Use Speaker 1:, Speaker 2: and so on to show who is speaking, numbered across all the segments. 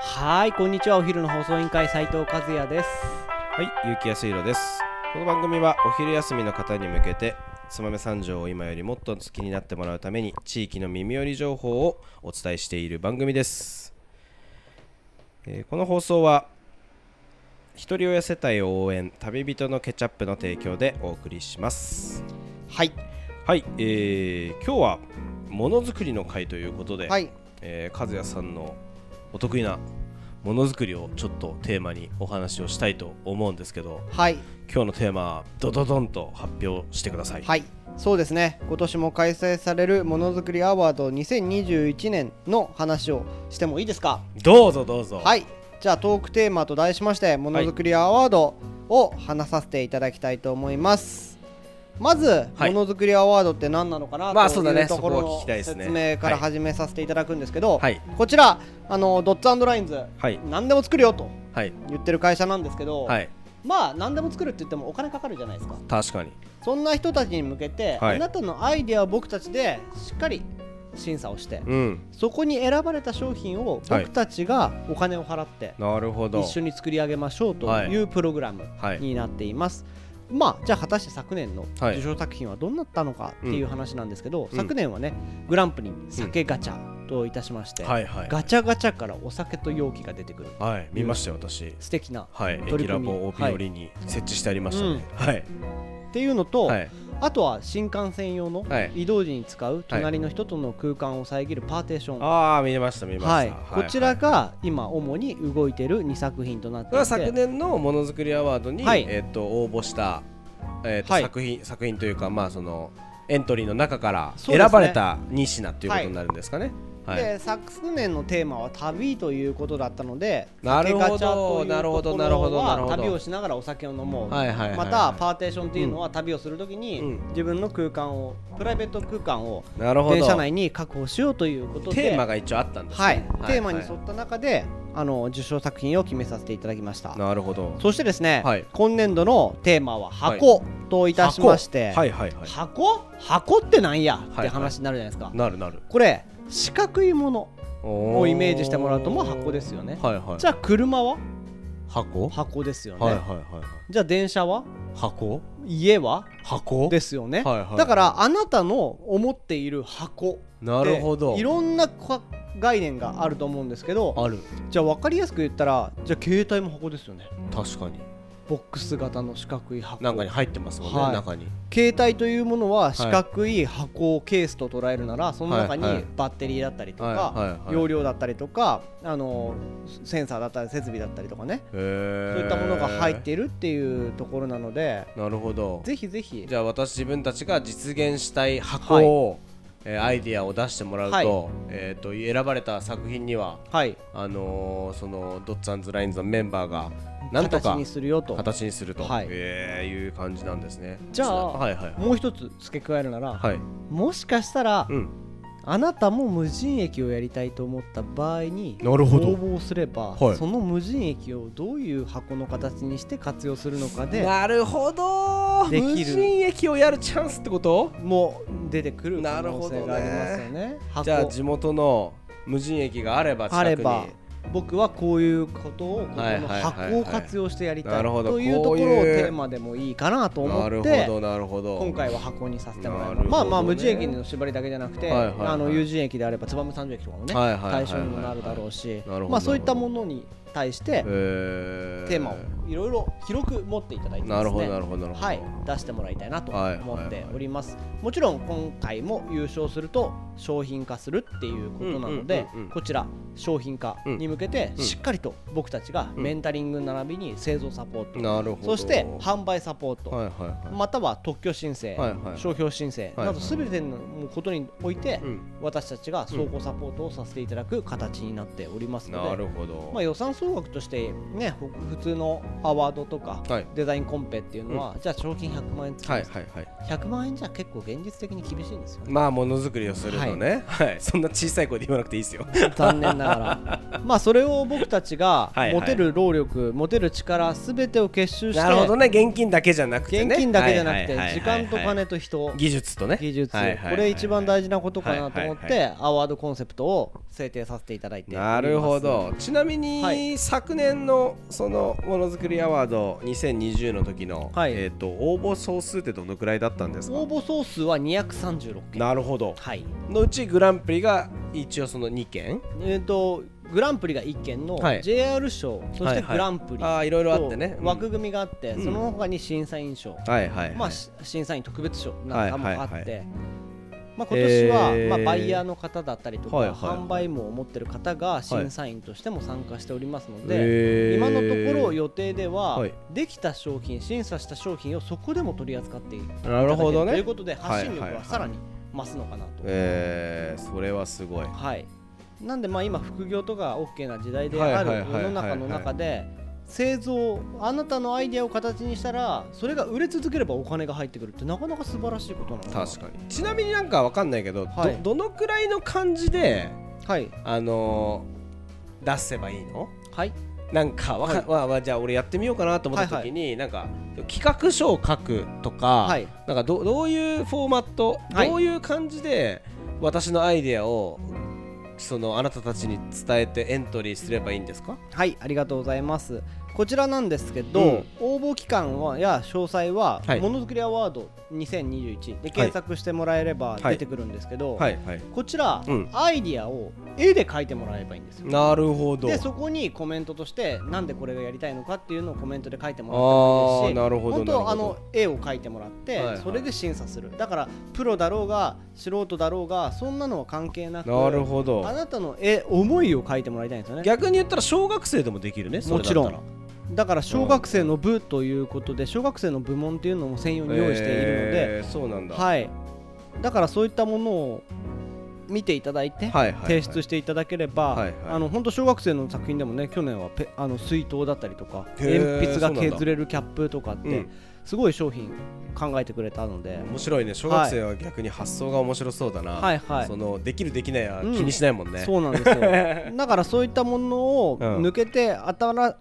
Speaker 1: はいこんにちはお昼の放送委員会斉藤和也です
Speaker 2: はい、ゆうきやすいろです。この番組はお昼休みの方に向けて、つまめ三条を今よりもっと好きになってもらうために、地域の耳寄り情報をお伝えしている番組です。えーこの放送は、ひとり親世帯を応援、旅人のケチャップの提供でお送りします。
Speaker 1: はい
Speaker 2: はい、えー今日はものづくりの会ということで、
Speaker 1: はい
Speaker 2: えー和也さんのお得意なものづくりをちょっとテーマにお話をしたいと思うんですけど
Speaker 3: はい、
Speaker 2: 今日のテーマドドドンと発表してください、
Speaker 3: はい、そうですね今年も開催されるものづくりアワード2021年の話をしてもいいですか
Speaker 2: どうぞどうぞ
Speaker 3: はいじゃあトークテーマと題しましてものづくりアワードを話させていただきたいと思います、まず、
Speaker 2: はい
Speaker 3: ものづくりアワードって何なのかな
Speaker 2: まあ
Speaker 3: と
Speaker 2: そうだ
Speaker 3: い
Speaker 2: ね
Speaker 3: うところ
Speaker 2: そこを
Speaker 3: の
Speaker 2: 聞きたいですね
Speaker 3: 説明から
Speaker 2: はい
Speaker 3: 始めさせていただくんですけど、
Speaker 2: はい
Speaker 3: こちらあのドッツラインズ、
Speaker 2: はい
Speaker 3: 何でも作るよと
Speaker 2: はい
Speaker 3: 言ってる会社なんですけど、
Speaker 2: はい
Speaker 3: まあ何でも作るって言ってもお金かかるじゃないですか
Speaker 2: 確かに
Speaker 3: そんな人たちに向けて、
Speaker 2: はい
Speaker 3: あなたのアイデアを僕たちでしっかり審査をして、
Speaker 2: うん
Speaker 3: そこに選ばれた商品を
Speaker 2: はい
Speaker 3: 僕たちがお金を払って
Speaker 2: なるほど
Speaker 3: 一緒に作り上げましょうと
Speaker 2: はい
Speaker 3: いうプログラム
Speaker 2: はい
Speaker 3: になっています。まあ、じゃあ果たして昨年の
Speaker 2: はい
Speaker 3: 受賞作品はどうなったのかっていう話なんですけど、
Speaker 2: うん
Speaker 3: 昨年はねグランプリに酒ガチャといたしまして、
Speaker 2: はいはい
Speaker 3: ガチャガチャからお酒と容器が出てくる
Speaker 2: はい見ましたよ私
Speaker 3: 素敵な
Speaker 2: はい
Speaker 3: 取り組み
Speaker 2: 駅ラボオピオリに設置してありましたねはい
Speaker 3: っていうのと、
Speaker 2: はい
Speaker 3: あとは新幹線用の
Speaker 2: はい
Speaker 3: 移動時に使う隣の人との空間を遮るパーテーション、はい
Speaker 2: ああ見ました見ました
Speaker 3: こちらが今主に動いてる2作品となって
Speaker 2: これ
Speaker 3: い
Speaker 2: は
Speaker 3: て
Speaker 2: 昨年のものづくりアワードに、
Speaker 3: はい
Speaker 2: えっと応募した、えっと
Speaker 3: はい
Speaker 2: 作品作品というかまあそのエントリーの中から
Speaker 3: そうで
Speaker 2: 選
Speaker 3: すね
Speaker 2: ばれた2品ということになるんですかね。はい
Speaker 3: で昨年のテーマは旅ということだったので
Speaker 2: なるほど
Speaker 3: 酒ガチャという
Speaker 2: なるほど
Speaker 3: ところは
Speaker 2: なるほどなるほど
Speaker 3: 旅をしながらお酒を飲もう、
Speaker 2: はいはいはいはい
Speaker 3: またパーテーションというのは旅をするときに、
Speaker 2: うん
Speaker 3: 自分の空間をプライベート空間を
Speaker 2: なるほ
Speaker 3: 電
Speaker 2: ど
Speaker 3: 車内に確保しようということで
Speaker 2: テーマが一応あったんですね。
Speaker 3: はい、テーマに沿
Speaker 2: は
Speaker 3: った中で、あの受賞作品を決めさせていただきました
Speaker 2: いなるほど。
Speaker 3: そしてですね、
Speaker 2: はい
Speaker 3: 今年度のテーマは箱といたしまして、
Speaker 2: はいはいはい。
Speaker 3: 箱箱ってなんや
Speaker 2: い
Speaker 3: って話になるじゃないですか、
Speaker 2: なるなる。
Speaker 3: これ四角いもの
Speaker 2: を
Speaker 3: をイメージしてもらうともう箱ですよね
Speaker 2: はいはい。
Speaker 3: じゃあ車は
Speaker 2: 箱
Speaker 3: 箱ですよね、
Speaker 2: はいはいはい。
Speaker 3: じゃあ電車は
Speaker 2: 箱
Speaker 3: 家は
Speaker 2: 箱
Speaker 3: ですよね、
Speaker 2: はいはい
Speaker 3: だからあなたの思っている箱って
Speaker 2: なるほど。
Speaker 3: いろんなか概念があると思うんですけど
Speaker 2: ある。
Speaker 3: じゃあ分かりやすく言ったらじゃあ携帯も箱ですよね
Speaker 2: 確かに。
Speaker 3: ボックス型の四角い箱
Speaker 2: 中に入ってますもんね、
Speaker 3: はい
Speaker 2: 中に。
Speaker 3: 携帯というものは四角い箱をケースと捉えるならその中に
Speaker 2: はいはい
Speaker 3: バッテリーだったりと
Speaker 2: はいはい
Speaker 3: か
Speaker 2: はい
Speaker 3: 容量だったりとかあのセンサーだったり設備だったりとかねそ
Speaker 2: そう
Speaker 3: う
Speaker 2: い
Speaker 3: いったものが入っているっていうところなので
Speaker 2: なるほど
Speaker 3: ぜひぜひ
Speaker 2: じゃあ私自分たちが実現したい箱を、えーアイディアを出してもらうと,、
Speaker 3: はい
Speaker 2: えー、と選ばれた作品には
Speaker 3: はい
Speaker 2: あのーそのドッツアンズラインズのメンバーがなんと
Speaker 3: 形
Speaker 2: か
Speaker 3: にするよと
Speaker 2: 形にすると、
Speaker 3: はい
Speaker 2: えーいう感じなんですね
Speaker 3: じゃあ
Speaker 2: はいはい
Speaker 3: もう一つ付け加えるなら
Speaker 2: はい、
Speaker 3: もしかしたら
Speaker 2: うん、
Speaker 3: あなたも無人駅をやりたいと思った場合に
Speaker 2: なるほど
Speaker 3: 応募すれば
Speaker 2: はい
Speaker 3: その無人駅をどういう箱の形にして活用するのかで
Speaker 2: なるほど
Speaker 3: できる
Speaker 2: 無人駅をやるチャンスってこと
Speaker 3: も出てくる
Speaker 2: な
Speaker 3: 可
Speaker 2: る
Speaker 3: 能
Speaker 2: ほどね
Speaker 3: 性がありますよね。箱
Speaker 2: じゃあ地元の無人駅があれば近く
Speaker 3: あ
Speaker 2: に
Speaker 3: れば僕はこういうことをここ
Speaker 2: はい
Speaker 3: の
Speaker 2: はいはいはい
Speaker 3: 箱を活用してやりた
Speaker 2: ないるほど
Speaker 3: というところを
Speaker 2: こういう
Speaker 3: テーマでもいいかなと
Speaker 2: な
Speaker 3: 思
Speaker 2: る
Speaker 3: っ
Speaker 2: ほ
Speaker 3: て
Speaker 2: どなるほど
Speaker 3: 今回は箱にさせてもらいま
Speaker 2: なる
Speaker 3: す
Speaker 2: ほどね
Speaker 3: まあまあ無人駅の縛りだけじゃなくて
Speaker 2: はいはいはい
Speaker 3: あの有人駅であれば燕三条駅とかもね
Speaker 2: はいはいはいはい
Speaker 3: 対象にもなるだろうし
Speaker 2: なるほど
Speaker 3: まあそういったものに対して
Speaker 2: えー
Speaker 3: テーマをいろいろ広く持っていただいてですね
Speaker 2: なるほどなるほどなるほど
Speaker 3: はい、出してもらいたいなと
Speaker 2: はい
Speaker 3: 思っております、もちろん今回も優勝すると商品化するっていうことなので、
Speaker 2: うんうんうんうん
Speaker 3: こちら商品化に向けて
Speaker 2: うん
Speaker 3: しっかりと僕たちがメンタリング並びに製造サポート、
Speaker 2: なるほ
Speaker 3: そ
Speaker 2: ど
Speaker 3: して販売サポート、
Speaker 2: はいはいはい
Speaker 3: または特許申請、
Speaker 2: はいはい
Speaker 3: 商標申請
Speaker 2: はい
Speaker 3: など全てのことにおいて、
Speaker 2: うん
Speaker 3: 私たちが走行サポートをさせていただく形になっておりますので、
Speaker 2: なるほど、
Speaker 3: まあ、予算総額としてねほ普通のアワードとか
Speaker 2: はい
Speaker 3: デザインコンペっていうのは、じゃあ賞金100万円つき
Speaker 2: はい
Speaker 3: ます、
Speaker 2: はいはい
Speaker 3: 100万円じゃ結構現実的に厳しいんですよ ね
Speaker 2: まあものづくりをするのねはい、そんな小さい声で言わなくていいですよ
Speaker 3: 残念ながら まあそれを僕たちが
Speaker 2: はいはい
Speaker 3: 持てる労力、持てる力すべてを結集して
Speaker 2: なるほどね現金だけじゃなくてね
Speaker 3: 現金だけじゃなくて
Speaker 2: はいはい
Speaker 3: 時
Speaker 2: はいはい
Speaker 3: 間と金と人
Speaker 2: 技術とね
Speaker 3: 技術
Speaker 2: はいはいはいはい
Speaker 3: これ一番大事なことかなと思っ
Speaker 2: はいはい
Speaker 3: てアワードコンセプトを制定させていただいております
Speaker 2: なるほどちなみに、
Speaker 3: はい
Speaker 2: 昨年のそのものづくりアワード2020の時の、
Speaker 3: はい
Speaker 2: えー、と応募総数ってどのくらいだったんですか
Speaker 3: 応募総数は236件
Speaker 2: なるほど
Speaker 3: はい
Speaker 2: のうちグランプリが一応その2件
Speaker 3: えっ、とグランプリが1件の
Speaker 2: はい
Speaker 3: JR 賞、そ
Speaker 2: は
Speaker 3: して
Speaker 2: いはい
Speaker 3: グランプリ、
Speaker 2: ああいろいろあってね
Speaker 3: と
Speaker 2: うん
Speaker 3: 枠組みがあって、
Speaker 2: うん
Speaker 3: その他に審査員賞、
Speaker 2: はいはいはい、
Speaker 3: まあ、し審査員特別賞なんかもあって、
Speaker 2: はいはいは
Speaker 3: まあ、今年は、
Speaker 2: へー
Speaker 3: まあ、バイヤーの方だったりとか、
Speaker 2: はいはいはい
Speaker 3: 販売網を持ってる方が審査員としても参加しておりますので、
Speaker 2: へー
Speaker 3: 今のところ予定では、
Speaker 2: はい
Speaker 3: できた商品審査した商品をそこでも取り扱っていただけ
Speaker 2: なるほど
Speaker 3: という
Speaker 2: ね
Speaker 3: ことで発信
Speaker 2: はい
Speaker 3: 力
Speaker 2: はいは
Speaker 3: はいさらに増すのかなと。
Speaker 2: えー、それはすごい
Speaker 3: はい、なんでまあ今副業とか OK な時代で
Speaker 2: はいは
Speaker 3: あ
Speaker 2: いはい
Speaker 3: る世の中の中で製造あなたのアイデアを形にしたらそれが売れ続ければお金が入ってくるってなかなか素晴らしいことなのかな
Speaker 2: 確かにちなみになんかわかんないけど、
Speaker 3: はい
Speaker 2: どどのくらいの感じで
Speaker 3: はい
Speaker 2: あのー出せばいいの
Speaker 3: はい
Speaker 2: なんかわか、
Speaker 3: はい
Speaker 2: わわじゃあ俺やってみようかなと思った時に、なんか企画書を書くとか、
Speaker 3: はい
Speaker 2: なんかどどういうフォーマット、
Speaker 3: はい
Speaker 2: どういう感じで私のアイデアをそのあなたたちに伝えてエントリーすればいいんですか
Speaker 3: はいありがとうございますこちらなんですけど、
Speaker 2: うん
Speaker 3: 応募期間はや詳細は
Speaker 2: はい
Speaker 3: 「ものづくりアワード2021」で検索してもらえれば
Speaker 2: はい
Speaker 3: 出てくるんですけど、
Speaker 2: いはい
Speaker 3: こちら、
Speaker 2: うん
Speaker 3: アイディアを絵で描いてもらえばいいんですよ
Speaker 2: なるほど
Speaker 3: でそこにコメントとしてなんでこれがやりたいのかっていうのをコメントで書いてもらってもいい
Speaker 2: あー
Speaker 3: し
Speaker 2: なるほど
Speaker 3: 本
Speaker 2: なるほど
Speaker 3: 当あの絵を書いてもらって、
Speaker 2: はいはい
Speaker 3: それで審査するだからプロだろうが素人だろうがそんなのは関係なく
Speaker 2: なるほど
Speaker 3: あなたの絵思いを書いてもらいたいんですよね
Speaker 2: 逆に言ったら小学生でもできるねそ
Speaker 3: も
Speaker 2: れだ
Speaker 3: ち
Speaker 2: ったら
Speaker 3: ろんだから小学生の部ということで小学生の部門っていうのも専用に用意しているので、
Speaker 2: えーそうなんだ、
Speaker 3: はいだからそういったものを見ていただいて、
Speaker 2: はいはいはい
Speaker 3: 提出していただければ、
Speaker 2: はいはい
Speaker 3: あの本当小学生の作品でもね去年はペあの水筒だったりとか
Speaker 2: へー
Speaker 3: 鉛筆が削れるキャップとかっ
Speaker 2: う
Speaker 3: て
Speaker 2: ん
Speaker 3: すごい商品考えてくれたので、
Speaker 2: 面白いね小学生は逆に発想が面白そうだな、
Speaker 3: はいはい
Speaker 2: そのできるできないは気にしないもんね、
Speaker 3: そうなんです よだからそういったものを
Speaker 2: うん
Speaker 3: 抜けて新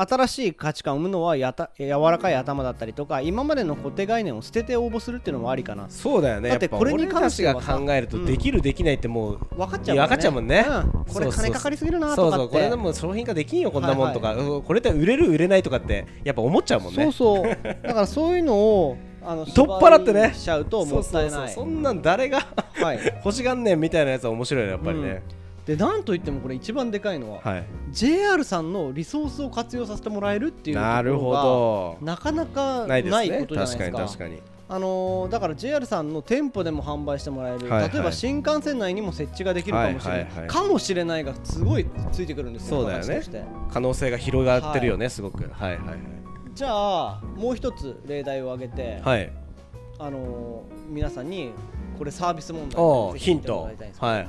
Speaker 3: 新しい価値観を生むのはやた柔らかい頭だったりとか今までの固定概念を捨てて応募するっていうのもありかな
Speaker 2: そうだよね
Speaker 3: だって
Speaker 2: やぱ
Speaker 3: これに関しては
Speaker 2: 俺たちが考えると
Speaker 3: うん
Speaker 2: できるできないってもう
Speaker 3: 分かっちゃうもんね
Speaker 2: 分かっちゃうもんね
Speaker 3: うんこれ
Speaker 2: そうそうそ
Speaker 3: 金
Speaker 2: う
Speaker 3: かかりすぎるな
Speaker 2: そ
Speaker 3: と
Speaker 2: う
Speaker 3: か
Speaker 2: そ
Speaker 3: っ
Speaker 2: うこれ
Speaker 3: て
Speaker 2: でも商品化できんよこんなもんとか、うんこれって売れる売れないとかってやっぱ思っちゃうもんね
Speaker 3: そうそうだからそういうのをあの
Speaker 2: 取っ払ってね
Speaker 3: 縛りにしちゃうともったい
Speaker 2: そうそう
Speaker 3: ない
Speaker 2: そうそんなん誰が
Speaker 3: はい
Speaker 2: 欲しがんねんみたいなやつは面白いねやっぱりね、
Speaker 3: でなんといってもこれ一番でかいのは、
Speaker 2: はい
Speaker 3: JR さんのリソースを活用させてもらえるっていうところが
Speaker 2: なるほ
Speaker 3: なかなか
Speaker 2: ど
Speaker 3: な
Speaker 2: ないい
Speaker 3: こ
Speaker 2: で
Speaker 3: とじ
Speaker 2: す
Speaker 3: ゃないですか
Speaker 2: ね確かに確かに
Speaker 3: あのーだから JR さんの店舗でも販売してもらえる、
Speaker 2: はいはい
Speaker 3: 例えば新幹線内にも設置ができるかもしれない,、
Speaker 2: はいはいはい
Speaker 3: かもしれないがすごいついてくるんですよ
Speaker 2: そうだよね
Speaker 3: 形として
Speaker 2: 可能性が広がってるよね、すごくはいはいはい
Speaker 3: じゃあもう一つ例題を挙げて、
Speaker 2: はい
Speaker 3: あのー皆さんにこれサービス問題
Speaker 2: お
Speaker 3: なん
Speaker 2: ー
Speaker 3: でぜ
Speaker 2: ヒ
Speaker 3: ひ
Speaker 2: ン
Speaker 3: 見ても
Speaker 2: ト
Speaker 3: らいたいんですけど
Speaker 2: はいはい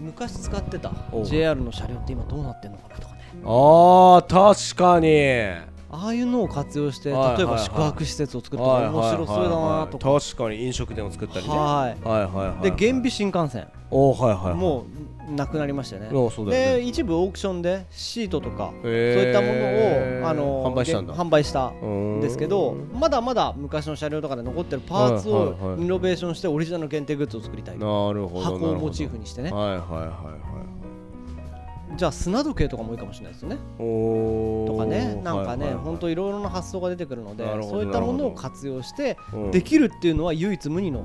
Speaker 3: 昔使ってた
Speaker 2: おう
Speaker 3: JR の車両って今どうなってんのかなとかね
Speaker 2: あー確かに
Speaker 3: ああいうのを活用して、
Speaker 2: はい
Speaker 3: 例え
Speaker 2: はいは
Speaker 3: ば
Speaker 2: い
Speaker 3: 宿泊施設を作った
Speaker 2: はい
Speaker 3: ら面白そうだなとか。
Speaker 2: はいはいはい確かに飲食店を作ったりね
Speaker 3: は
Speaker 2: はいはいは
Speaker 3: で、
Speaker 2: い
Speaker 3: 原美新幹線、
Speaker 2: おはいはいはい
Speaker 3: もうなくなりましたよね。
Speaker 2: おそうだよ
Speaker 3: で、
Speaker 2: ね
Speaker 3: 一部オークションでシートとか、そう
Speaker 2: へー
Speaker 3: いったものをあの
Speaker 2: 販売したんだ
Speaker 3: げ販売した
Speaker 2: うー
Speaker 3: ん
Speaker 2: ん
Speaker 3: ですけど、まだまだ昔の車両とかで残ってるパーツ
Speaker 2: はいはい
Speaker 3: を
Speaker 2: はい
Speaker 3: リノベーションして、オリジナルの限定グッズを作りたい。
Speaker 2: なるほど
Speaker 3: 箱をモチーフ
Speaker 2: に
Speaker 3: にしてね、
Speaker 2: はいはいはい
Speaker 3: じゃあ砂時計とかもいいかもしれないですよね。
Speaker 2: はいお
Speaker 3: とかね、なんかね、本当
Speaker 2: に
Speaker 3: いろいろな発想が出てくるので
Speaker 2: なる、ほど
Speaker 3: そういったものを活用して、
Speaker 2: うん
Speaker 3: できるっていうのは唯一無二の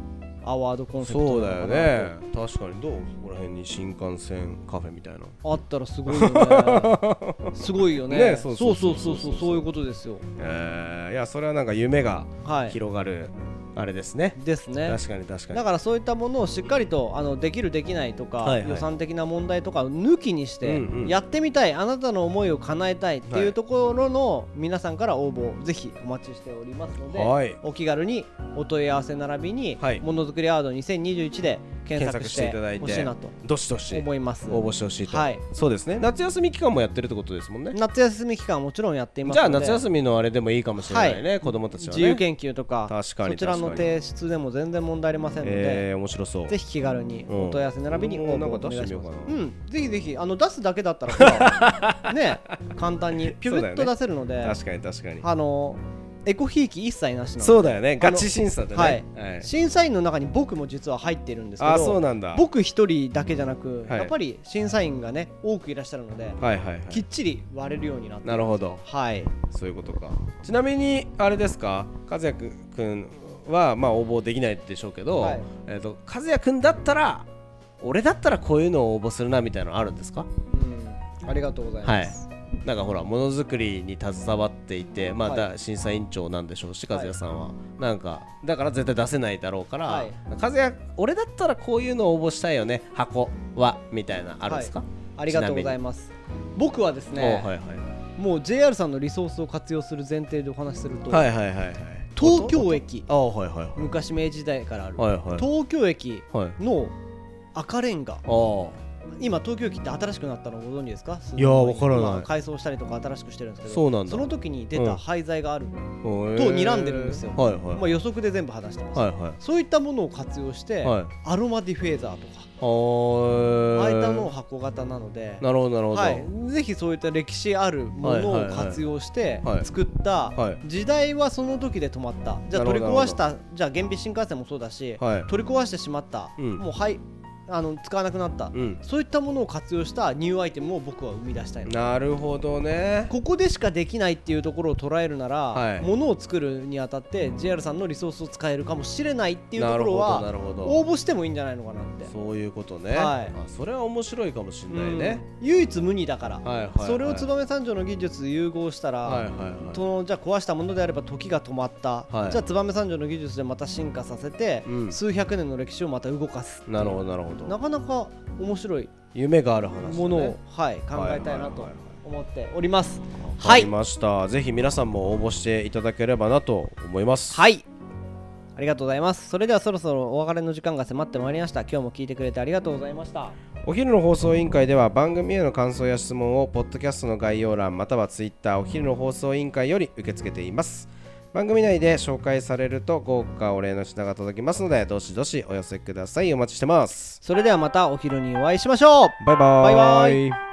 Speaker 3: アワードコンセプト
Speaker 2: そう
Speaker 3: な
Speaker 2: だ
Speaker 3: の
Speaker 2: よ
Speaker 3: かな
Speaker 2: ね確かにどうそこら辺に新幹線カフェみたいな
Speaker 3: とあったらすごいよね すごいよね
Speaker 2: ね
Speaker 3: そ
Speaker 2: そうう
Speaker 3: そ
Speaker 2: そうう
Speaker 3: そ
Speaker 2: そうう
Speaker 3: そ
Speaker 2: そうう
Speaker 3: そういうことですよ
Speaker 2: えーいやそれはなんか夢が
Speaker 3: はい
Speaker 2: 広がるあれですね
Speaker 3: ですね
Speaker 2: 確かに確かに
Speaker 3: だからそういったものをしっかりとあのできるできないとか、
Speaker 2: はいはい
Speaker 3: 予算的な問題とかを抜きにして、
Speaker 2: うんうん
Speaker 3: やってみたいあなたの思いを叶えたいって
Speaker 2: はいいう
Speaker 3: ところの皆さんから応募をぜひお待ちしておりますので、
Speaker 2: はい
Speaker 3: お気軽にお問い合わせ並びに
Speaker 2: はい
Speaker 3: ものづくりアワード2021」で検索してほしいなと
Speaker 2: どしどし
Speaker 3: 思います
Speaker 2: 応募してほしいと、
Speaker 3: はい
Speaker 2: そうですね夏休み期間もやってるってことですもんね
Speaker 3: 夏休み期間はもちろんやっています
Speaker 2: じゃあ
Speaker 3: ので
Speaker 2: 夏休みのあれでもいいかもしれないね、子供たちは
Speaker 3: 自
Speaker 2: ね
Speaker 3: 由研究とか
Speaker 2: 確かに
Speaker 3: そちらの
Speaker 2: 確かに
Speaker 3: 提出でも全然問題ありませんので、
Speaker 2: えー、面白そう
Speaker 3: ぜひ気軽にお問い合わせ並びに
Speaker 2: うん
Speaker 3: 応募をお願
Speaker 2: なんか出し
Speaker 3: い
Speaker 2: て
Speaker 3: し
Speaker 2: みよ
Speaker 3: ま
Speaker 2: う
Speaker 3: す
Speaker 2: か。
Speaker 3: う、
Speaker 2: なん
Speaker 3: ぜひぜひあの出すだけだったらさ ね簡単にピ
Speaker 2: そう
Speaker 3: ュ
Speaker 2: だよ
Speaker 3: ッ
Speaker 2: ね
Speaker 3: と出せるので、
Speaker 2: 確かに確かに
Speaker 3: あのエコひいき一切なしなので
Speaker 2: そうだよねガチ審査でね
Speaker 3: はい
Speaker 2: はい
Speaker 3: 審査員の中に僕も実は入ってるんですけど
Speaker 2: あそうなんだ
Speaker 3: 僕一人だけじゃなく、
Speaker 2: はい
Speaker 3: やっぱり審査員がね多くいらっしゃるので、
Speaker 2: はいはいはい
Speaker 3: きっちり割れるようになって
Speaker 2: なるほど
Speaker 3: はい
Speaker 2: そういうことかちなみにあれですか和也くんはまあ応募できないでしょうけど、
Speaker 3: はい
Speaker 2: えー、と和也くんだったら俺だったらこういうのを応募するなみたいなのあるんですか
Speaker 3: うん、ありがとうございます、
Speaker 2: なんかほらものづくりに携わっていて、まあ
Speaker 3: はい
Speaker 2: だ審査委員長なんでしょうし
Speaker 3: はい
Speaker 2: 和也さんは、なんかだから絶対出せないだろうから、
Speaker 3: はい
Speaker 2: 和也俺だったらこういうのを応募したいよね箱はみたいなあるんですか、
Speaker 3: はありがとうございます僕はですね、
Speaker 2: おはいはい
Speaker 3: もう JR さんのリソースを活用する前提でお話しすると、
Speaker 2: はいはいはいはい
Speaker 3: 東京駅
Speaker 2: あはいはいはい
Speaker 3: 昔明治時代からある、
Speaker 2: はいはい
Speaker 3: 東京駅
Speaker 2: はい
Speaker 3: の赤レンガ
Speaker 2: あ
Speaker 3: 今東京駅って新しくなったのご存知ですか
Speaker 2: いやーわからない
Speaker 3: 今改装したりとか新しくしてるんですけど
Speaker 2: そうなんだ
Speaker 3: の時に出た廃材がある、
Speaker 2: あと
Speaker 3: と睨んでるんですよ
Speaker 2: はいはい
Speaker 3: まあ、予測で全部話してます、
Speaker 2: はいはい
Speaker 3: そういったものを活用して、
Speaker 2: はい
Speaker 3: アロマディフェーザーとかああいったのを
Speaker 2: は
Speaker 3: 箱型なので
Speaker 2: いなるほどなるほど、
Speaker 3: はい、ぜひそういった歴史あるものを活用して
Speaker 2: はいはいはい
Speaker 3: 作った
Speaker 2: はい
Speaker 3: 時代はその時で止まったじゃあ
Speaker 2: な
Speaker 3: 取り
Speaker 2: るほど
Speaker 3: 壊したじゃあ原備新幹線もそうだし
Speaker 2: はい
Speaker 3: 取り壊してしまった
Speaker 2: うん
Speaker 3: もうはいあの使わなくなった
Speaker 2: うん
Speaker 3: そういったものを活用したニューアイテムを僕は生み出したいの
Speaker 2: なるほどね
Speaker 3: ここでしかできないっていうところを捉えるな
Speaker 2: はい
Speaker 3: らものを作るにあたって JR さんのリソースを使えるかもしれないっていうとこ
Speaker 2: なるほ
Speaker 3: ろ
Speaker 2: どな
Speaker 3: は
Speaker 2: るほど
Speaker 3: 応募してもいいんじゃないのかなって
Speaker 2: そういうことね、
Speaker 3: はい
Speaker 2: あそれは面白いかもしれないね、
Speaker 3: うん唯一無二だから
Speaker 2: はいはいはい
Speaker 3: それを燕三条の技術融合したら、
Speaker 2: はいはいはい
Speaker 3: そのじゃあ壊したものであれば時が止まった、
Speaker 2: はい
Speaker 3: じゃあ燕三条の技術でまた進化させて、
Speaker 2: うん
Speaker 3: 数百年の歴史をまた動かす
Speaker 2: なるほどなるほ
Speaker 3: な
Speaker 2: ど
Speaker 3: かなか面白い
Speaker 2: 夢がある話だね
Speaker 3: ものを、
Speaker 2: わ
Speaker 3: はい、考えたいなと
Speaker 2: はいはいはいはい
Speaker 3: 思っております
Speaker 2: か
Speaker 3: は
Speaker 2: り
Speaker 3: い、
Speaker 2: ました、ぜひ皆さんも応募していただければなと思います
Speaker 3: はい、ありがとうございますそれではそろそろお別れの時間が迫ってまいりました今日も聞いてくれてありがとうございました
Speaker 2: お昼の放送委員会では番組への感想や質問をポッドキャストの概要欄またはツイッターお昼の放送委員会より受け付けています番組内で紹介されると豪華お礼の品が届きますのでどしどしお寄せくださいお待ちしてます
Speaker 3: それではまたお昼にお会いしましょう
Speaker 2: バイバーイ
Speaker 3: バイバ
Speaker 2: イ